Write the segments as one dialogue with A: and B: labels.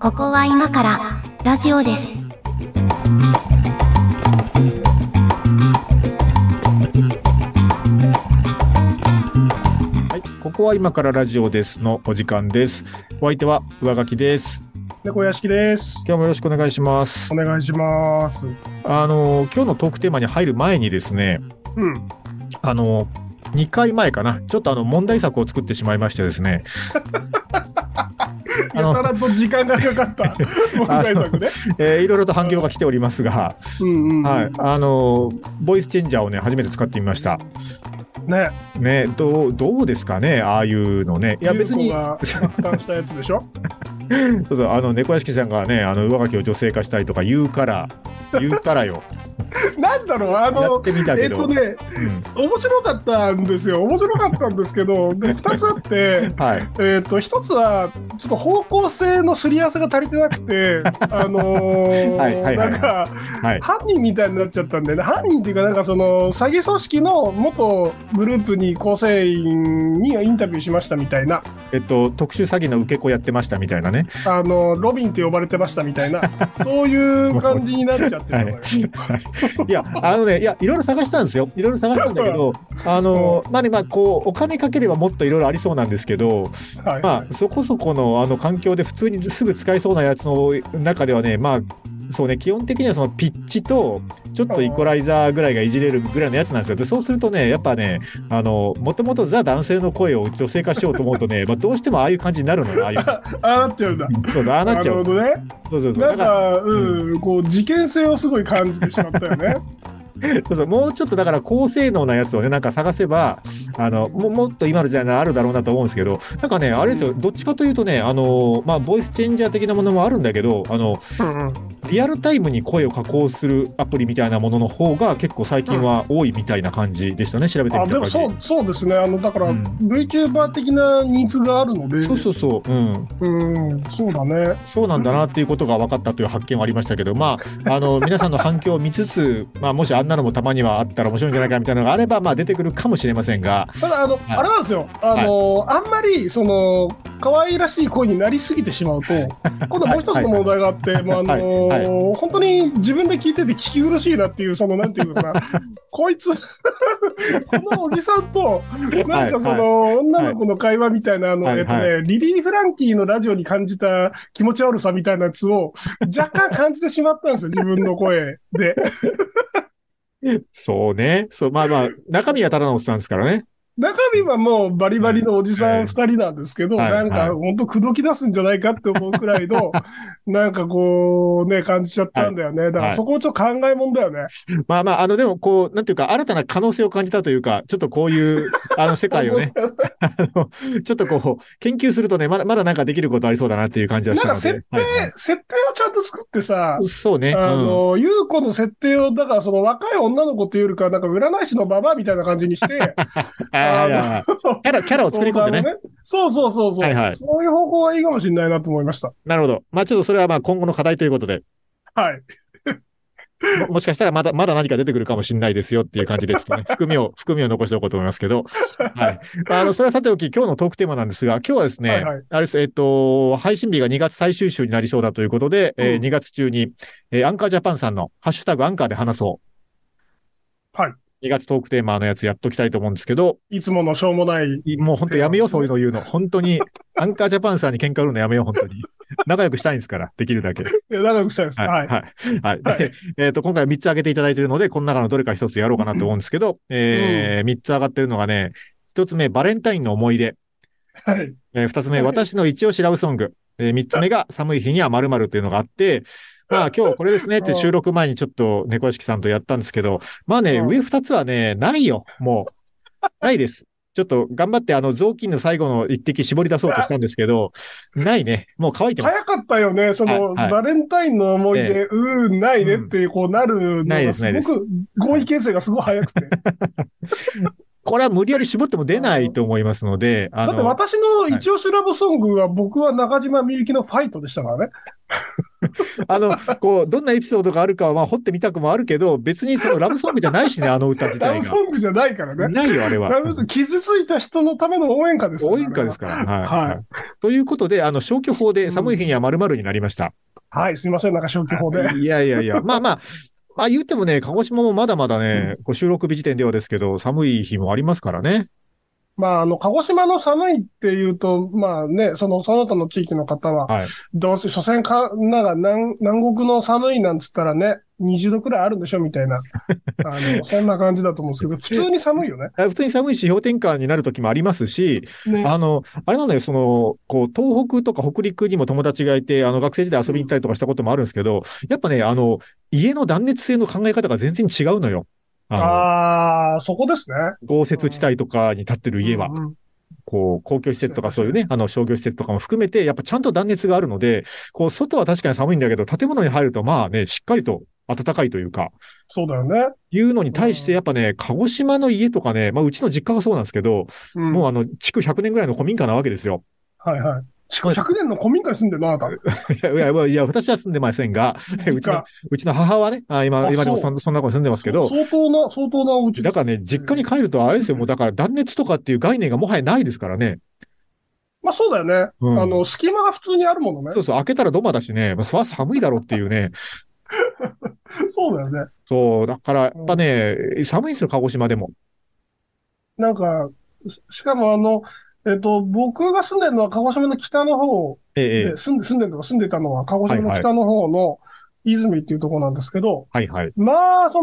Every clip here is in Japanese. A: ここは今からラジオです。
B: はい、ここは今からラジオですのお時間です。お相手は上書きです。
C: 猫屋敷です。
B: 今日もよろしくお願いします
C: お。願いします。
B: あの今日のトークテーマに入る前にですね、
C: うん。
B: あの2回前かな、ちょっとあの問題作を作ってしまいましてですね、あ
C: や
B: の
C: たらと時間がかか った問題作ね。
B: えーいろいろと反響が来ておりますが、
C: うんうん。
B: はい、あのボイスチェンジャーをね初めて使ってみました。
C: ね。
B: ね、どうどうですかね、ああいうのね。いや別に
C: ゆうこが発端したやつでしょ。
B: そうそうあの猫屋敷さんがねあの上書きを女性化したいとか言うから言うから よ
C: なんだろうあ
B: やっ
C: の。
B: てみた
C: え
B: け
C: っ
B: ど、
C: とね、
B: うん
C: 面白かったんですよ。面白かったんですけど、で二つあって、
B: はい
C: えっと、一つは、ちょっと方向性のすり合わせが足りてなくて、あのー
B: はいはいはい
C: なんか、
B: はい
C: 犯人みたいになっちゃったんでね犯人っていうかなんかその詐欺組織の元グループに構成員にインタビューしましたみたいな
B: えっと、特殊詐欺の受け子やってましたみたいなね。
C: あのロビンって呼ばれてましたみた いなそういう感じになっちゃってるのよ、
B: いや、あのね、いや、いろいろ探したんですよ。いろいろ探したんだけ ど、あの、まあね、まあ、こう、お金かければもっといろいろありそうなんですけど、
C: はい
B: まあ、そこそこの、あの、環境で普通にすぐ使えそうなやつの中ではね、まあ、そうね、基本的にはそのピッチと、ちょっとイコライザーぐらいがいじれるぐらいのやつなんですよ。で、そうするとね、やっぱね、あの、もともとザ男性の声を女性化しようと思うとね、まあ、どうしてもああいう感じになるのよ、ああいう。
C: ああなっちゃうんだ
B: そうそう、ああなっ
C: な
B: ちゃ
C: るほ
B: う。
C: どね
B: そうそうそう。
C: な
B: だ
C: ん
B: から
C: かうんこう事件性をすごい感じてしまったよね
B: そうそうもうちょっとだから高性能なやつをねなんか探せばあのももっと今の時代ならあるだろうなと思うんですけどなんかねあれですよどっちかというとねあの、まあ、ボイスチェンジャー的なものもあるんだけどあの
C: うん、うん、
B: リアルタイムに声を加工するアプリみたいなものの方が結構最近は多いみたいな感じでしたね調べてみ
C: あ
B: た
C: で
B: 感
C: も
B: じ
C: そうそうですねあのだから、
B: うん
C: VTuber 的なニーズがあるので
B: そうそうそう、うん、
C: うんそうだね
B: そうなんだなっていうことが分かったという発見はありましたけど、まあ、あの皆さんの反響を見つつ、まあ、もしあんなのもたまにはあったら面白いんじゃないかみたいなのがあれば、まあ、出てくるかもしれませんが、
C: ただあの、
B: はい
C: あれなんですよ、あのあんまりその可愛らしい声になりすぎてしまうと、今度もう一つの問題があって、もうあの
B: はい
C: 本当に自分で聞いてて聞き苦しいなっていう、そのなんていうのかな、 こいつ、このおじさんと、なんかその、女の子の会話みたいな、あの、
B: はい
C: えっとね、
B: は
C: リリー・フランキーのラジオに感じた気持ち悪さみたいなやつを若干感じてしまったんですよ、自分の声で。
B: そうね。そう、まあまあ、中身はただのおっさんですからね。
C: 中身はもうバリバリのおじさん2人なんですけど、
B: はい
C: なん
B: はい
C: か本当口説き出すんじゃないかって思うくらい の、なんかこうね、感じちゃったんだよね。だか
B: は
C: ら
B: い
C: そこをちょっと考えもんだよね。
B: まあまあ、あの、でも、こう、なんていうか、新たな可能性を感じたというか、ちょっとこう いう、あの、世界をね、あのちょっとこう、研究するとね、まだ、まだなんかできることありそうだなっていう感じはしたので。
C: なん
B: はいは
C: 設定をちゃんと作ってさ
B: い、そうね。
C: あ
B: うん
C: の、ゆうこの設定を、だからその若い女の子っていうよりかは、なんか占い師のババアみたいな感じにして、
B: はいはいはいキャラ、キャラを 作り込んで
C: 相
B: ね。
C: 談をそうそうそうそう、
B: はいはい
C: そういう方向がいいかもしれないなと思いました。
B: なるほど。まあ、ちょっとそれはまあ、今後の課題ということで、
C: はい。
B: ももしかしたらまだ、まだ何か出てくるかもしれないですよっていう感じで、ちょっ とね、含みを、含みを残しておこうと思いますけど。はい。まああの、それはさておき、今日のトークテーマなんですが、今日はですね、
C: はいはい
B: あれです、えっと、配信日が2月最終週になりそうだということで、えー
C: うん
B: 2月中に、えーアンカージャパンさんの、ハッシュタグアンカーで話そう。
C: はい。
B: 2月トークテーマのやつやっときたいと思うんですけど、
C: いつものしょうもない。
B: いもう本当やめよう、そういうの言うの。本当に、アンカージャパンさんに喧嘩売るのやめよう、本当に。仲良くしたいんですから、できるだけ。
C: いや長くしたいです。
B: はい。はい。はい。でえっと、今回3つ上げていただいているので、この中のどれか1つやろうかなと思うんですけど、え3つ上がってるのがね、1つ目、バレンタインの思い出。
C: はい。
B: えー、2つ目、
C: はい
B: 私の一押しラブソング。えー、3つ目が、寒い日には〇〇というのがあって、ま あ今日これですねって
C: うん
B: 収録前にちょっと猫屋敷さんとやったんですけど、まあね、
C: うん
B: 上2つはね、ないよ、もう。ないです。ちょっと頑張ってあの雑巾の最後の一滴絞り出そうとしたんですけど、ないね。もう乾いてます。
C: 早かったよね、その、
B: はいはい
C: バレンタインの思い出、
B: ええ
C: うーん、ないねって、こうなるの
B: ないで
C: が
B: すない
C: す
B: で
C: ご
B: す
C: く、合意形成がすごい早くて。
B: これは無理やり絞っても出ないと思いますので、 あ
C: だって
B: の、
C: 私の一押しラブソングは、僕は中島みゆきのファイトでしたからね。
B: あの、こう、どんなエピソードがあるかは、まあ、掘ってみたくもあるけど、別にそのラブソングじゃないしね、あの歌自
C: ラ
B: 体
C: ブ
B: が。
C: ソングじゃないからね。
B: ないよ、あれは。
C: ラブソング傷ついた人のための応援歌ですから
B: 応援歌ですから。はい。
C: は
B: はいということで、あの、消去法で寒い日には〇〇になりました。
C: はい、すいません、なんか消去法で。
B: いやいやいや、まあまあ、まあ言ってもね、鹿児島もまだまだね、こう収録日時点ではですけど、寒い日もありますからね。
C: まあ、あの、鹿児島の寒いっていうと、まあね、その、その他の地域の方は、
B: はい。
C: どうせ、所詮か、なんか南、南国の寒いなんつったらね、20度くらいあるんでしょみたいな。あの、そんな感じだと思うんですけど、普通に寒いよね。
B: 普通に寒いし、氷点下になる時もありますし、
C: ね。
B: あの、あれなのよ、その、こう、東北とか北陸にも友達がいて、あの、学生時代遊びに行ったりとかしたこともあるんですけど、やっぱね、あの、家の断熱性の考え方が全然違うのよ。あ
C: ああ、そこですね。
B: の、豪雪地帯とかに立ってる家は。
C: うんうん
B: こう、公共施設とかそういうね、あの、商業施設とかも含めて、やっぱちゃんと断熱があるので、こう、外は確かに寒いんだけど、建物に入ると、まあね、しっかりと暖かいというか、
C: そうだよね。
B: いうのに対して、
C: うん
B: やっぱね、鹿児島の家とかね、まあ、うちの実家がそうなんですけど、
C: うん
B: もうあの、築100年ぐらいの古民家なわけですよ。
C: はいはい。しかも100年の古民家に住んでるの、あなた。
B: いや、いやいや、いや私は住んでませんが、うちの、うちの母はね、あ今、
C: あ
B: 今でも
C: そ
B: そんそんなとこに住んでますけど、
C: 相当な、相当なお家
B: だからね、実家に帰ると、あれですよ、もうだから断熱とかっていう概念がもはやないですからね。
C: まあそうだよね。
B: うん
C: あの、隙間が普通にあるもの
B: そ
C: ね。
B: うそう、開けたら土間だしね、まあ、そりゃ寒いだろうっていうね、
C: そうだよね。
B: そう、だから、やっぱね、寒いんですよ、鹿児島でも。
C: なんか、ししかもあの、えっと、僕が住んでるのは鹿児島の北の方
B: ええ
C: で、住んで、住んでるとか住んでたのは鹿児島の北の方の泉っていうところなんですけど、
B: はいはい。
C: まあ、そ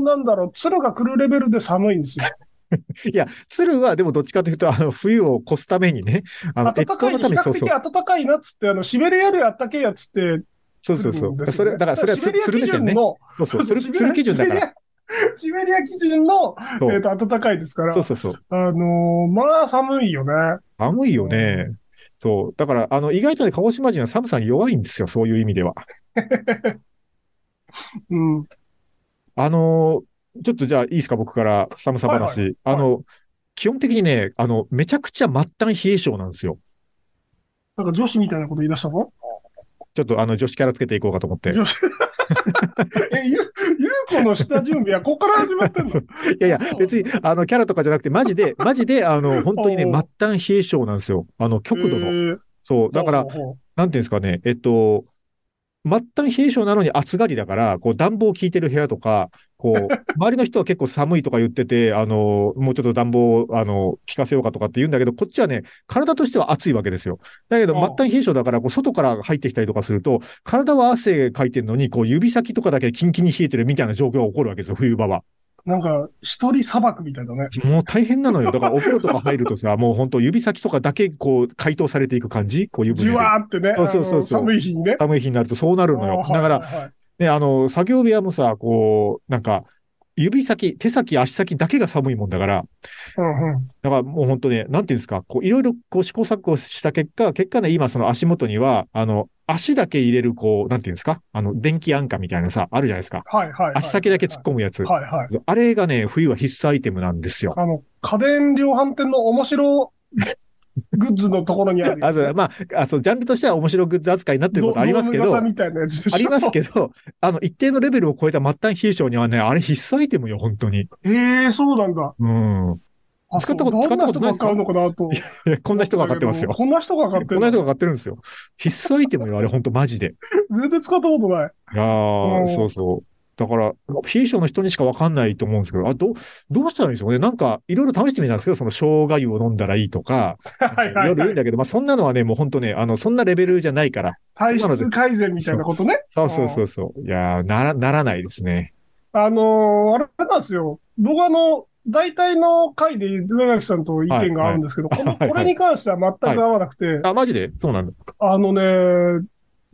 C: の、なんだろう、鶴が来るレベルで寒いんですよ。
B: いや、鶴はでもどっちかというと、あの、冬を越すためにね、あの、
C: 暖かい、比
B: 越冬のため
C: 較
B: に、そう
C: 的暖かいなっつって、あの、シベリアより暖けえやつって、
B: そう、そうそうそう。それ、だからそれは
C: シ
B: つ
C: ベリア
B: 鶴目
C: 基
B: 線ね
C: 準。の、
B: そうそう、鶴鶴基準だから。
C: ら。シベリア基準の、
B: そう
C: えっと、暖かいですから
B: そう、そうそう。
C: あのーまあ、寒いよね。
B: 寒いよね。そう。だから、あの、意外とね、鹿児島人は寒さに弱いんですよ、そういう意味では。
C: うん。
B: あのーちょっとじゃあいいですか、僕から寒さ話。
C: はい
B: あの、基本的にね、あの、めちゃくちゃ末端冷え性なんですよ。
C: なんか女子みたいなこと言い出したぞ。
B: ちょっとあの、女子キャラつけていこうかと思って。い
C: 女子。 え、ゆ、ゆうこの下準備はここから始まっ てんの
B: やいや
C: そう、
B: 別に、あの、キャラとかじゃなくて、マジで、マジで、あの、本当にね、
C: おう
B: 末端冷え性なんですよ。あの、極度の。
C: の。
B: そう。だから
C: ほ、うほうほ
B: なんていうんですかね、えっと、末端冷え性なのに暑がりだから、こう暖房効いてる部屋とか、こ う、周りの人は結構寒いとか言ってて、あの、もうちょっと暖房を、あの、効かせようかとかって言うんだけど、こっちはね、体としては暑いわけですよ。だけど、
C: ああ
B: 末端冷え性だから、こう、外から入ってきたりとかすると、体は汗かいてるのに、こう、指先とかだけキンキンに冷えてるみたいな状況が起こるわけですよ、冬場は。
C: うなんか、一人砂漠みたいだね。
B: もう大変なのよ。だから、お風呂とか入るとさ、もう本当指先とかだけ、こう、解凍されていく感じこう、湯
C: じ
B: 船で。
C: わーってね。
B: そうそうそうそう
C: あの寒い日にね。
B: 寒い日になるとそうなるのよ。
C: あー
B: だから、、
C: はいはいはい
B: ね、あの、作業部屋もさ、こう、なんか、指先、手先、足先だけが寒いもんだから、
C: うんうん。
B: だからもう本当ね、なんていうんですか、こう、いろいろこう試行錯誤した結果、結果ね、今その足元には、あの、足だけ入れる、こう、なんていうんですか、あの、電気安価みたいなさ、あるじゃないですか。
C: はいはいはい。
B: 足先だけ突っ
C: む。
B: 込むやつ。
C: はいはい。
B: あれがね、冬は必須アイテムなんですよ。
C: あの、家電量販店の面白グッズのところにあるや
B: あ
C: つ。
B: とまあ、あそうジャンルとしては面白グッズ扱いになってることありますけ
C: ド
B: ど
C: ーム型、みたいなやつでしょ
B: ありますけど、あの、一定のレベルを超えた末端冷え性にはね、あれ必須アイテムよ、本当に。
C: ええそうなんだ。
B: うん。
C: あ
B: 使ったこと
C: そう
B: 使ったことない
C: ど
B: ですか
C: んな人が買うのかなと。
B: いやこんな人が買ってますよ。
C: こんな人が買って
B: こ
C: る
B: の人が買ってるんですよ。必須アイテムよ、あれ、ほんと、マジで。
C: 全然使ったことない。
B: いやー
C: うん
B: そうそう。だから、冷え性の人にしかわかんないと思うんですけど、あ、どう、どうしたらいいんでしょうね。なんか、いろいろ試してみたんですけど、その、生姜湯を飲んだらいいとか、
C: は
B: ろ
C: いはい
B: いろ
C: は
B: 言うん
C: い。
B: だけど、まあ、そんなのはね、もうほんとね、あの、そんなレベルじゃないから。
C: 体質改善みたいなことね。
B: そうそうそうそう。いやーなら、ならないですね。
C: あのーあれなんですよ。僕あの、大体の回で上垣さんと意見が合うんですけど、
B: はいはい
C: この、これに関しては全く合わなくて、
B: あ、マジでそうなんだ。
C: あのね、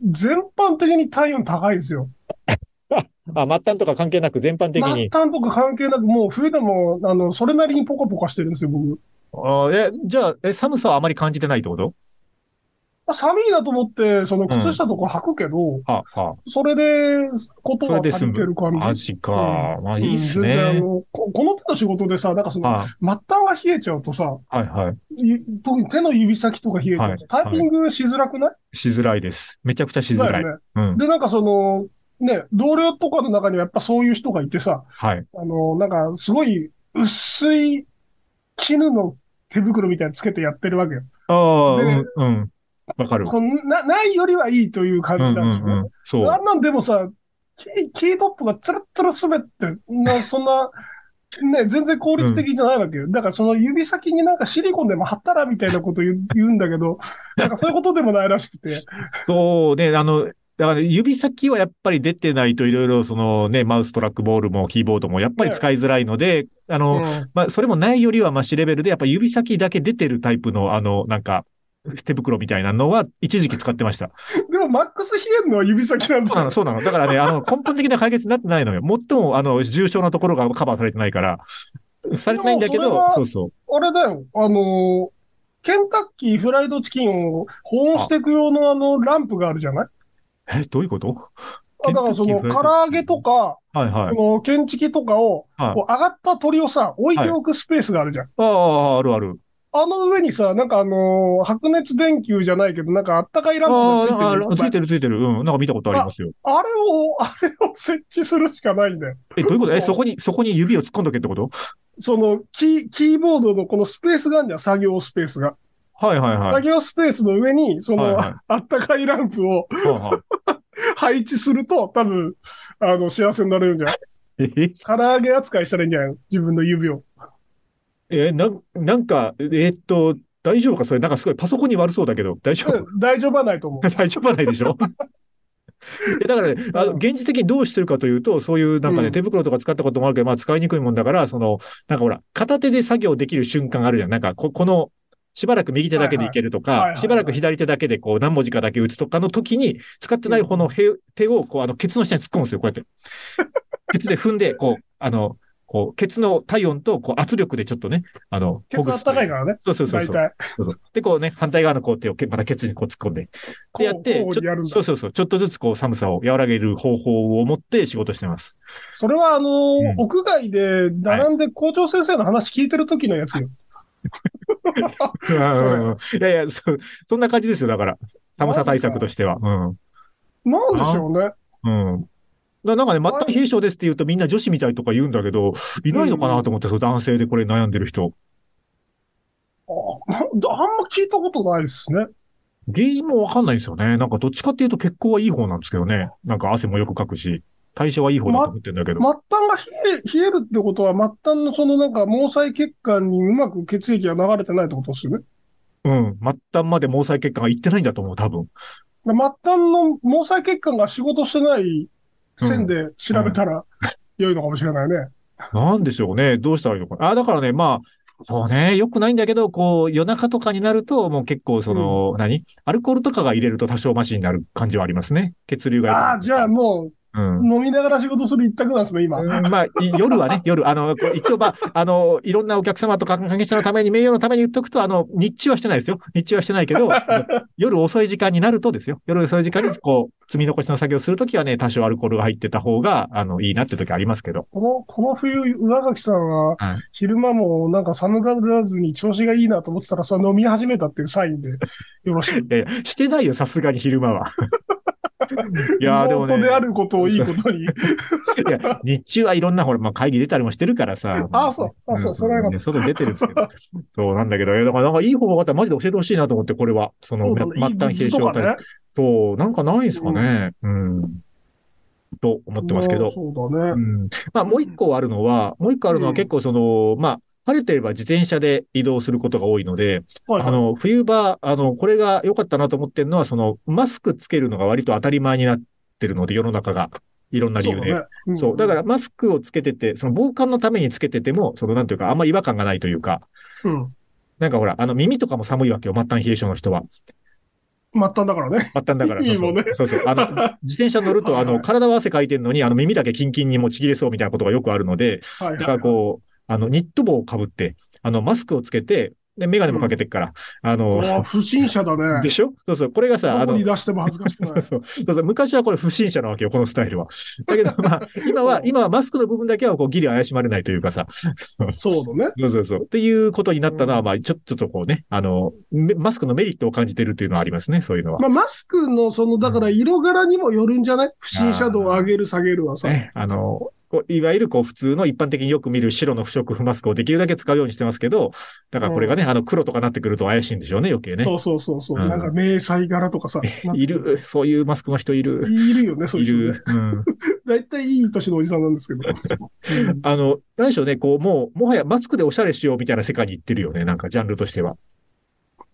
C: 全般的に体温高いですよ。
B: あ、末端とか関係なく、全般
C: 末
B: 的に。
C: 端とか関係なく、もう冬でも、あの、それなりにポカポカしてるんですよ、僕。
B: あーえ、じゃあ、え、寒さはあまり感じてないってこと
C: あ寒いなと思って、その靴下とか履くけど、
B: はあ、は
C: それで、ことは
B: それで
C: 足
B: 済む
C: りてる
B: あ、
C: 感
B: マ
C: じ。
B: ジか。まあ、
C: うん
B: いいっす
C: 全然あ
B: ね。
C: のこ、この手の仕事でさ、なんかその、
B: は
C: 末端が冷えちゃうとさ、
B: い、はい、はい
C: 特に手の指先とか冷えちゃうと、
B: はい
C: タイピングしづらくない
B: い。しづらいです。めちゃくちゃしづらい。
C: だよね。
B: うん。
C: で、なんかその、ね、同僚とかの中にはやっぱそういう人がいてさ、
B: はい。
C: あの、なんかすごい薄い絹の手袋みたいにつけてやってるわけよ。
B: ああ、う
C: で
B: ん、うん。わかる。
C: このなないよりはいいという感
B: う
C: じ
B: ん、う
C: なんですよね。
B: ん、うん。そう。
C: あんなんでもさ、キーキートップがツルッツル滑って、 なそんな、ね、全然効率的じゃないわけよ。だからその指先になんかシリコンでも貼ったらみたいなこと言 う言うんだけど、なんかそういうことでもないらしくて。
B: そうね、あの、だから指先はやっぱり出てないといろいろそのね、マウストラックボールもキーボードもやっぱり使いづらいので、あの、
C: うん
B: まあ、それもないよりはマシレベルで、やっぱ指先だけ出てるタイプの、あの、なんか、手袋みたいなのは一時期使ってま した。
C: でもマックス冷えるのは指先なん
B: そうな
C: だ
B: の、そうなの。だからね、あの、根本的な解決になってないのよ。最も、あの、重症なところがカバーされてないから、されてないんだけ
C: でもそれ
B: ど
C: は、
B: そうそう。
C: あれだよ、あのーケンタッキーフライドチキンを保温していく用のあのランプがあるじゃない
B: え、どういうこと
C: あだからそ
B: ケン
C: の
B: タッキーフライドチキン
C: 唐揚げとか、
B: はいはい。
C: このケンチキとかを、
B: はい
C: こう上がった鳥をさ、置いておくスペースがあるじゃん。
B: ああ、あるある。
C: あの上にさ、なんかあのー白熱電球じゃないけど、なんかあったかいランプ
B: あ
C: がついてる
B: あ、ついてるついてる。うん。なんか見たことありますよ。
C: あれを、あれを設置するしかないんだよ。
B: え、どういうことえ、そこに、そこに指を突っ込んどけってこと
C: その、キー、キーボードのこのスペースがあるんだよ、作業スペースが。
B: はいはいはい。
C: 作業スペースの上に、その、
B: はいはい
C: あったかいランプを配置すると、多分、あの、幸せになれるんじゃない
B: え
C: 唐揚げ扱いしたらいいんじゃないの自分の指を。
B: え、なん、なんか、えーっと、大丈夫かそれ、なんかすごいパソコンに悪そうだけど、大丈夫
C: うん 大丈夫はない と思う。
B: 大丈夫はないでしょいやだからね、あの、現実的にどうしてるかというと、そういうなんか
C: う
B: ね、
C: ん
B: 手袋とか使ったこともあるけど、まあ使いにくいもんだから、その、なんかほら、片手で作業できる瞬間あるじゃん。なんか、こ、この、しばらく右手だけでいけると
C: はいはいはいはい
B: か
C: は、い
B: しばらく左手だけでこう何文字かだけ打つとかの時に、使ってない方のへ手をこう、あの、ケツの下に突っ込むんですよ、こうや って。ケツで踏んで、こう、あの、こう、ケツの体温とこう圧力でちょっとね、あの、
C: ケツあったかい
B: か
C: からね。
B: そうそうそう
C: 大
B: そう
C: 体。
B: そうそう。で、こうね、反対側のこう手をけまたケツにこう突っ込んで。
C: こ
B: で、
C: う、
B: やって
C: こ、
B: ち
C: うやる
B: ょ
C: んだ
B: そうそうそう。ちょっとずつこう寒さを和らげる方法を持って仕事して ます。
C: それはあのー
B: うん
C: 屋外で並んで校長先生の話聞いてる時のやつ
B: うんう
C: よ。
B: んうんいやいや、そ、そんな感じですよ、だから。寒さ対策としては。
C: なんでしょうね。
B: うん。うん。だなんかね、全く冷え性ですって言うとみんな女子みたいとか言うんだけど、いないのかなと思って、そう男性でこれ悩んでる人。
C: あなあんま聞いたことないですね。
B: 原因もわかんないんですよね。なんかどっちかっていうと血行はいい方なんですけどね。なんか汗もよくかくし、代謝はいい方だと思ってんだけど。
C: 末端が冷え冷えるってことは、末端のそのなんか毛細血管にうまく血液が流れてないってことですよね。
B: うん。末端まで毛細血管がいってないんだと思う、多分。
C: で末端の毛細血管が仕事してない線で調べたら、良いのかもしれないね。
B: なんでしょうね。どうしたらいいのかな。あ、だからね、まあ、そうね、良くないんだけど、こう、夜中とかになると、もう結構、その、何アルコールとかが入れると多少マシになる感じはありますね。血流が良くな
C: あ
B: る
C: あ、じゃあも
B: うん
C: う、飲みながら仕事する一択なんですね、今。
B: うんまあ、い夜はね、夜、あの、こう一応、まあ、あの、いろんなお客様とか関係者のために、名誉のために言っとくと、あの、日中はしてないですよ。日中はしてないけど、 あの夜遅い時間になるとですよ。夜遅い時間に、こう、積み残しの作業するときはね、多少アルコールが入ってた方が、あの、いいなって時ありますけど。
C: この、この冬、上垣さん
B: は
C: は
B: い、
C: 昼間もなんか寒がらずに調子がいいなと思ってたら、それは飲み始めたっていうサインで、よろしい。
B: いやいや、してないよ、さすがに昼間は。 いやー、でもね
C: 妹。であることをいいこと に。
B: いや、日中はいろんな、ほら、まあ、会議出たりもしてるからさ。
C: あそうあそうんそれはよかっ
B: ね外に出てるんですけど。そうなんだけど、いや、だから、なんかいい方法があったら、マジで教えてほしいなと思って、これは。その、末
C: いいグッ
B: 端冷
C: ズ
B: え
C: と
B: 症
C: か
B: 対策
C: ね。
B: そう、なんかないですかね。うん。と思ってますけ
C: まあ
B: ど。
C: そうだ
B: う
C: ね。
B: ん。まあ、もう一個あるのは、もう一個あるの
C: う
B: は
C: ん
B: 結構その、まあ、晴れてれば自転車で移動することが多いので、 あの、冬場、あの、これが良かったなと思ってるのは、その、マスクつけるのが割と当たり前になってるので、世の中が。いろんな理由で。
C: ね
B: そう。だか、ら、マスクをつけてて、その防寒のためにつけてても、その、なんていうか、あんま違和感がないというか、
C: うんうん。
B: なんかほら、あの、耳とかも寒いわけよ、末端冷え性の人は。
C: 末端だからね。
B: 末端だから。
C: いいもんね
B: そうそうそうそう。 あの、自転車乗ると、あ
C: はいは
B: の、
C: い
B: 体は汗かいてるのに、あの、耳だけキンキンにもちぎれそうみたいなことがよくあるので、
C: はい
B: だからこう、あの、ニット帽をかぶって、あの、マスクをつけて、で、メガネもかけてっから。あ
C: ああ、
B: の、
C: 不審者だね。
B: でしょそうそう。これがさ、あ
C: どこ
B: の
C: に、出しても恥ずかしく
B: そ う
C: ない。
B: そうそうそう昔はこれ不審者なわけよ、このスタイルは。だけど、まあ、 今は、今はマスクの部分だけはこうギリ怪しまれないというかさ、
C: そうだね。
B: そうそうそう。っていうことになったのは、まあ、ちょちょっとこうね、あの、めマスクのメリットを感じてるっていうのはありますね、そういうのは。
C: まあ、マスクの、その、だから色柄にもよるんじゃない不審者度を上げる下げるはさ。
B: ね、あの、こういわゆるこう普通の一般的によく見る白の不織布マスクをできるだけ使うようにしてますけど、だからこれがね、あの黒とかなってくると怪しいんでしょうね、余計ね
C: そ。うそうそうそう。
B: うん
C: なんか迷彩柄とかさ。なん か
B: いる、そういうマスクの人いる。
C: いるよね、そう
B: い
C: いう人ね。
B: る。うん。
C: だいたいいい年のおじさんなんですけど。うん
B: あの、何でしょうね、こう、もう、もはやマスクでおしゃれしようみたいな世界に行ってるよね、なんかジャンルとしては。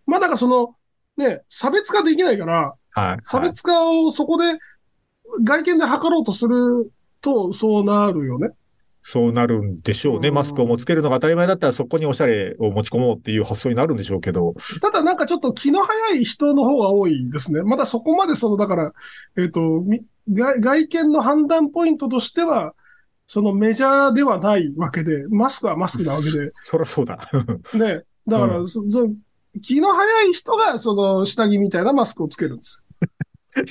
C: まあ、だからその、ね、差別化できないから、
B: はい。
C: 差別化をそこで、外見で測ろうとすると、そうなるよね。
B: そうなるんでしょうね。
C: うん
B: マスクをもつけるのが当たり前だったら、そこにおしゃれを持ち込もうっていう発想になるんでしょうけ ど。
C: ただなんかちょっと気の早い人の方が多いですね。まだそこまでその、だから、えっ、と、み外外見の判断ポイントとしては、そのメジャーではないわけで、マスクはマスクなわけで、
B: そらそうだ。
C: ね、だから、
B: う
C: そそ気の早い人が、その、下着みたいなマスクをつけるんです。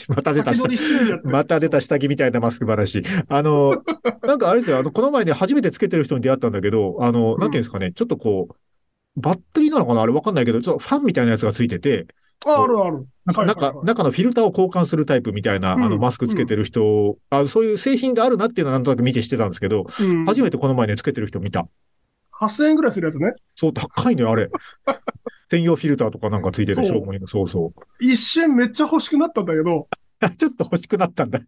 B: また出た
C: 先
B: 下
C: 取りしすぎちゃって。
B: また出た下着みたいなマスク話。あ の、なんかあれですよ、あの、この前ね、初めてつけてる人に出会ったんだけど、あの、なんていうんですかね、ちょっとこう、バッテリーなのかなあれわかんないけど、ちょっとファンみたいなやつがついてて、
C: あ、あるある。
B: なんか、
C: はい
B: な
C: は
B: ん
C: いは
B: か
C: い
B: 中のフィルターを交換するタイプみたいな、あ
C: うん
B: の、マスクつけてる人を、あのそういう製品があるなっていうのはなんとなく見てしてたんですけど、
C: うん、
B: 初めてこの前ね、つけてる人見た。
C: 8000円ぐらいするやつね。
B: そう、高いのよ、あ れ。専用フィルターとかなんかついてるでし
C: そ
B: ょ、
C: う
B: 重いの。そうそう。
C: 一瞬めっちゃ欲しくなったんだけど、
B: あ ちょっと欲しくなったんだ。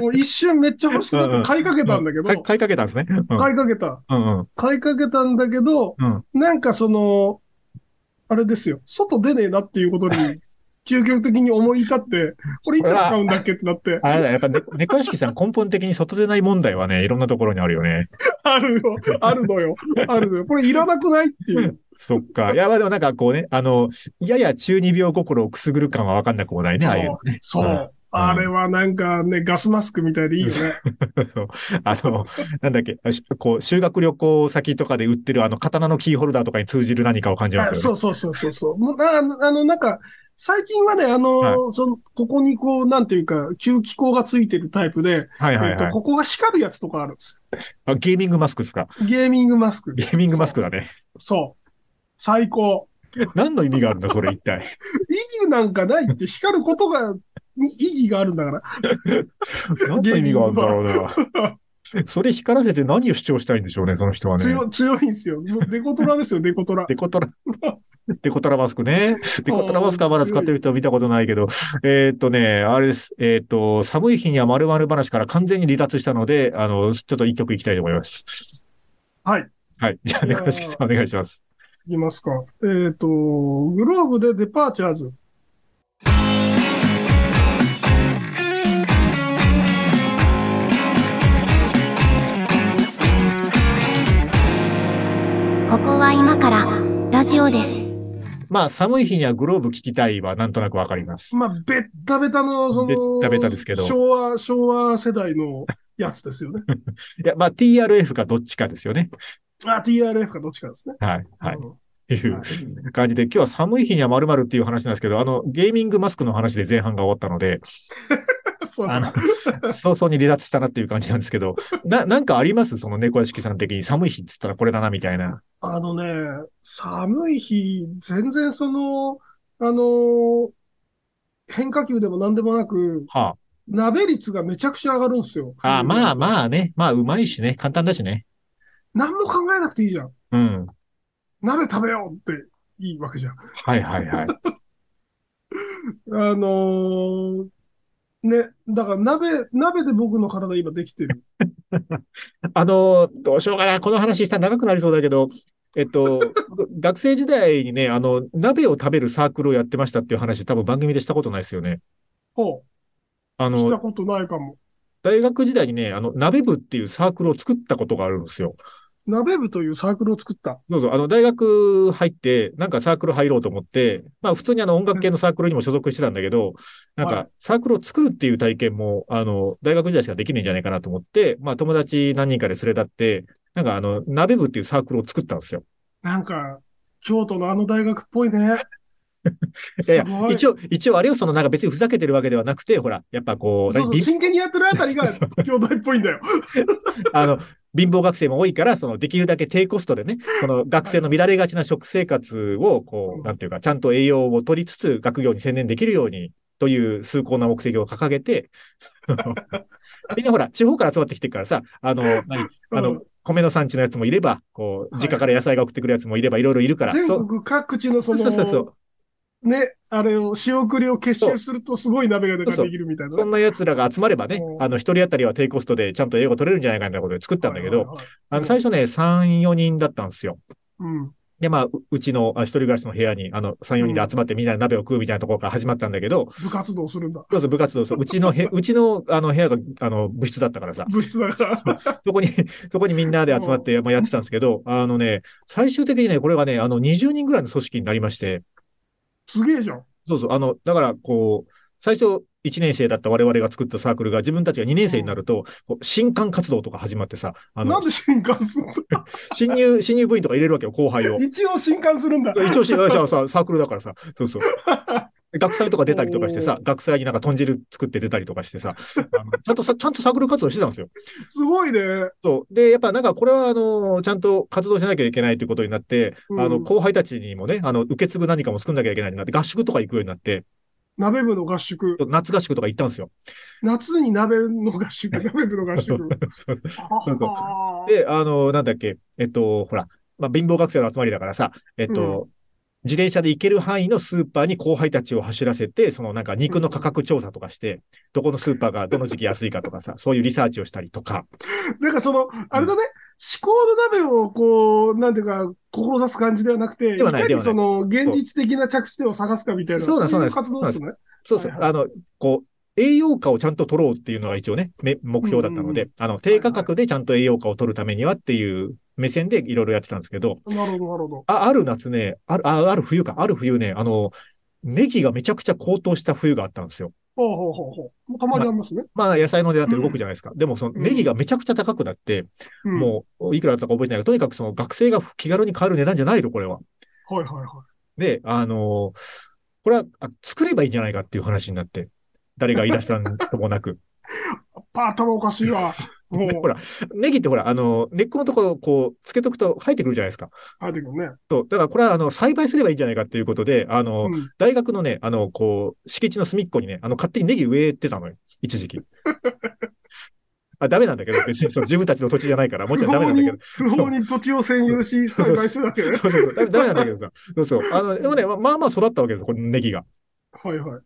C: もう一瞬めっちゃ欲しくなっ
B: うんう
C: て
B: ん
C: 買いかけたんだけど、
B: か買いかけたんですね。うん。
C: 買いかけた。
B: うんうん。
C: 買いかけたんだけど、
B: うん
C: なんかその、あれですよ、外出ねえなっていうこ とに、究極的に思い至って、これいつ使うんだっけってなって、
B: あれだ、やっぱね、 猫屋敷さん根本的に外出ない問題はね、いろんなところにあるよね。
C: あるよ、あるのよ、あるのよ。これいらなくないっていう。
B: そっ か。いや、まあでもなんかこうね、あの、やや中二病心をくすぐる感はわかんなくもないね、ああいうのね。
C: そう。
B: うん
C: あれはなんかね、ガスマスクみたいでいいよね。
B: そうあの、なんだっけ、しこう、修学旅行先とかで売ってるあの、刀のキーホルダーとかに通じる何かを感じま
C: あ
B: すよ
C: そうそうそうそうそう。もうなあの、あのなんか、最近はね、あの、
B: はい
C: その、ここにこう、なんていうか、吸気口がついてるタイプで、
B: ね。はいは
C: え
B: い
C: っと、
B: はい。
C: ここが光るやつとかあるんです
B: あゲーミングマスクですか。
C: よ。ゲーミングマスク。
B: ゲーミングマスクだね。
C: そう。最高。
B: 何の意味があるんだ、それ一体。
C: 意義なんかないって光ることが、に意義があるんだ から。
B: 何の意味があるんだろうな。 それ光らせて何を主張したいんでしょうね、その人はね。
C: 強強いんですよ。もうデコトラですよ、デコトラ。
B: デコトラ、 デコトラマスクね。デコトラマスクはまだ使ってる人は見たことないけど、えーっとね、あれです。えーっと、寒い日には〇〇話から完全に離脱したので、あの、ちょっと一曲いきたいと思います。
C: はい。
B: はい。じゃあ、
C: いやー
B: 猫屋敷さんお願いします。
C: いきますか。えっ、と、グローブでデパーチャーズ。
A: ここは今からラジオです。
B: まあ、寒い日にはグローブ聞きたいはなんとなくわかります。
C: まあ、ベッタベタの、その、
B: ベッタベタですけど
C: 昭和、昭和世代のやつですよ ね。
B: いや、まあ、TRF かどっちかですよね。
C: あ、TRF かどっちかですね。
B: はい。はい。
C: うん
B: っていう感じで、今日は寒い日には〇〇っていう話なんですけど、あの、ゲーミングマスクの話で前半が終わったので、
C: そう
B: あ
C: だ
B: の、早々に離脱したなっていう感じなんですけど、な、なんかありますその猫屋敷さん的に寒い日っつったらこれだなみたいな。
C: あのね、寒い日、全然その、あの、変化球でも何でもなく、
B: は
C: 鍋率がめちゃくちゃ上がるんですよ。
B: あ。あまあ
C: あ。
B: まあね。まあうまいしね。簡単だしね。
C: 何も考えなくていいじゃん。
B: うん。
C: 鍋食べようっていいわけじゃん。あ
B: はいはいはい。
C: のーね、だから鍋、鍋で僕の体今でき てる。
B: あの、どうしようかな。この話したら長くなりそうだけど、えっと、僕学生時代にね、あの、鍋を食べるサークルをやってましたっていう話、多分番組でしたことないですよね。
C: ほ
B: あ
C: う、した
B: の、
C: ことないかも。
B: 大学時代にね、あの、鍋部っていうサークルを作ったことがあるんですよ。
C: 鍋部というサークルを作った。
B: そうそう、あの、大学入って、なんかサークル入ろうと思って、まあ普通にあの音楽系のサークルにも所属してたんだけど、なん
C: は
B: かサークルを作るっていう体験も、あの、大学時代しかできないんじゃないかなと思って、まあ友達何人かで連れ立って、なんかあの、鍋部っていうサークルを作ったんですよ。
C: なんか、京都のあの大学っぽいね。
B: いやいや
C: すごい
B: 一応、一応あれをそのなんか別にふざけてるわけではなくて、ほら、やっぱこう、
C: そうそう
B: 貧
C: 真剣にやってるあ たりが京大っぽいんだよ。
B: あの、貧乏学生も多いから、そのできるだけ低コストでね、その学生の乱れがちな食生活を、こ
C: うん
B: う、なんていうか、ちゃんと栄養を取りつつ、学業に専念できるように、という崇高な目的を掲げ て、みんなほら、地方から集まってきてるからさ、あの、何あ
C: う
B: の
C: ん、
B: 米の産地のやつもいれば、こう、
C: はい
B: 実家から野菜が送ってくるやつもいれば、いろいろいるから、
C: 全
B: そう、
C: 国各地のそ
B: そうそ
C: の、
B: うそうそう。
C: ね、あれを、仕送りを結集するとすごい鍋がで
B: そうそう
C: きるみたいなね。
B: そんな奴らが集まればね
C: う、ん
B: あの、一人当たりは低コストでちゃんと英語取れるんじゃないかみたいなことで作ったんだけ
C: はい
B: ど、
C: はいはい
B: あの、最初ね、3、4人だったんですよ。
C: うん。
B: で、まあ、ううちのあ一人暮らしの部屋に、あの、3、4人で集まってみんなで鍋を食うみたいなところから始まったんだけ ど、
C: 部活動するんだ。
B: そうそう部活動、そううちのへ、うちの、あの、部屋が、あの、部室だったからさ、
C: 物質だから。
B: そこに、そこにみんなで集まって、まあ、やってたんですけど、あのね、最終的にね、これがね、あの、20人ぐらいの組織になりまして、
C: すげえじゃん。
B: そうそう、あの、だから、こう、最初、1年生だった我々が作ったサークルが自分たちが2年生になると、こう新刊活動とか始まってさ、あ
C: な
B: の、
C: んで新刊するんだ
B: 新入、新入部員とか入れるわけよ、後輩を。
C: 一応新刊するんだ。
B: 一応し、ささサークルだからさ、そう そう。学祭とか出たりとかしてさ、学祭になんか豚汁作って出たりとかしてさ、あのちゃんとさ、ちゃんとサークル活動してたんですよ。
C: すごいね。
B: そう。で、やっぱなんかこれは、あの、ちゃんと活動しなきゃいけないということになって、
C: うん
B: あの、後輩たちにもね、あの、受け継ぐ何かも作んなきゃいけないになって、合宿とか行くようになって、
C: 鍋部の合宿。
B: 夏合宿とか行ったんですよ。
C: 夏に鍋の合宿、鍋部の合宿。あー
B: で、あの、なんだっけ、えっと、ほら、まあ、貧乏学生の集まりだからさ、えっと、自転車で行ける範囲のスーパーに後輩たちを走らせて、そのなんか肉の価格調査とかして、どこのスーパーがどの時期安いかとか さ、そういうリサーチをしたりとか。
C: なんかその、あれだね、思考の鍋をこう、なんていうか、志す感じではなくて、
B: ではない
C: か
B: で
C: に
B: はない
C: その、現実的な着地点を探すかみたいな、
B: そうなん
C: い
B: そうなん
C: う活動ですね。
B: そうそう、
C: はいはい
B: あの、こう、栄養価をちゃんと取ろうっていうのが一応ね、め目標だったので、
C: う
B: あの、低価格でちゃんと栄養価を取るためにはっていう目線でいろいろやってたんですけど、
C: なるほど、なるほ
B: あ、ある夏ね、ある、あある冬か、ある冬ね、あの、ネギがめちゃくちゃ高騰した冬があったんですよ。
C: ど。ほうほうほうほう。たまにありますね。
B: まあ野菜の値段って動くじゃないですか。でもその
C: うん
B: ネギがめちゃくちゃ高くなって、
C: うん
B: もういくらだったか覚えてないけど、とにかくその学生が気軽に買える値段じゃないと、これは。
C: はいはいは
B: で、あのーこれはあ作ればいいんじゃないかっていう話になって、誰が言い出したんともな く。
C: い。パー頭おかしい わ。もう
B: で、ほら、ネギってほら、あの、根っこのところをこう、つけとくと生えてくるじゃないですか。
C: あれだけどね。
B: そう。だからこれは、あの、栽培すればいいんじゃないかっていうことで、あの、
C: うん
B: 大学のね、あの、こう、敷地の隅っこにね、あの、勝手にネギ植えてたのよ。一 時期。あ、ダメなんだけど、別にその自分たちの土地じゃないから、もちろんダメなんだけど。
C: 不法に 土地を占有し、栽培するだけね。
B: そうそうそう。ダメダメなんだけどさ。そうそう。あの、でもね、ままあまあ育ったわけですよ、このネギが。
C: はいはい。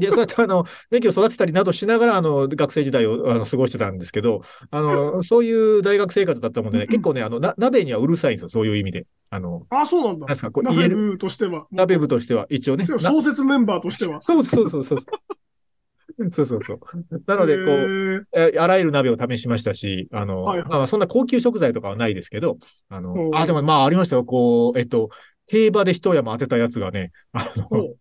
B: で、そうやってあの、ネギを育てたりなどしながら、あの、学生時代をあの過ごしてたんですけど、あの、そういう大学生活だったもんでね、結構ね、あの、な鍋にはうるさいんですよ、そういう意味で。あの、
C: あ、そうなん
B: な
C: だ
B: んで。すか、こう、言え
C: 鍋
B: る、
C: 部としては。
B: 鍋部としては一応ね。な
C: 創設メンバーとしては。
B: そうそうそうそう。そうそうそう。なので、こう、
C: う。
B: えあらゆる鍋を試しましたし、あの、
C: はいはい
B: まあ、そんな高級食材とかはないですけど、あの
C: お、う
B: あ、でもまあありましたよ、こう、えっと、競馬で一山当てたやつがね、 あ
C: お
B: の、
C: う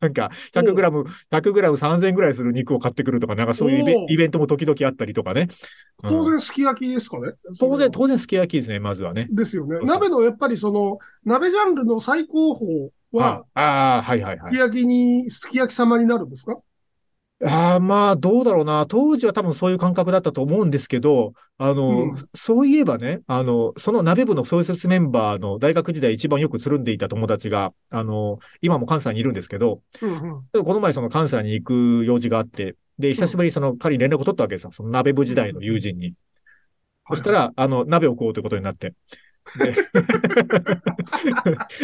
B: なんか、100グラム、100グラム3000ぐらいする肉を買ってくるとか、なんかそういうイベ
C: おう
B: イベントも時々あったりとかね。うん
C: 当然、すき焼きですかね。
B: 当然、当然すき焼きですね、まずはね。
C: ですよ
B: そ。
C: ね
B: うそう
C: 鍋のやっぱりその、鍋ジャンルの最高峰は、
B: ああー、はいはい
C: す
B: は
C: き
B: い。
C: 焼きに、すき焼き様になるんですか
B: ああ、まあ、どうだろうな。当時は多分そういう感覚だったと思うんですけど、あの、
C: うん
B: そういえばね、あの、その鍋部の創設メンバーの大学時代一番よくつるんでいた友達が、あの、今も関西にいるんですけど、
C: うん
B: この前その関西に行く用事があって、で、久しぶりにその彼に連絡を取ったわけですよ。その鍋部時代の友人に。そしたら、あの、鍋を食おうということになって。で い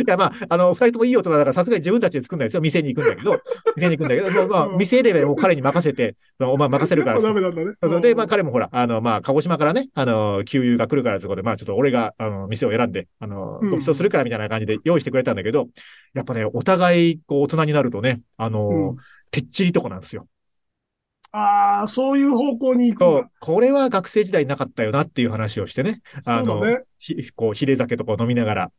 B: や、まあ、あの、二人ともいい大人だから、さすがに自分たちで作んないですよ。店に行くんだけど、店に行くんだけど、もうまあ、
C: うん
B: 店選べもう彼に任せて、まあお前任せるから
C: やっぱ鍋なんだね
B: そうそう。。で、まあ
C: うん
B: 彼もほら、あの、まあ、鹿児島からね、あの、給油が来るからってことで、まあちょっと俺が、あの、店を選んで、あの、
C: うん
B: ご馳走するからみたいな感じで用意してくれたんだけど、やっぱね、お互い、こう、大人になるとね、あの、
C: うん
B: てっちりとこなんですよ。
C: ああ、そういう方向に行くん
B: そ
C: だ
B: う。これは学生時代なかったよなっていう話をしてね、あ
C: そ
B: の
C: うだね。
B: ひこう、ヒレ酒とかを飲みながら、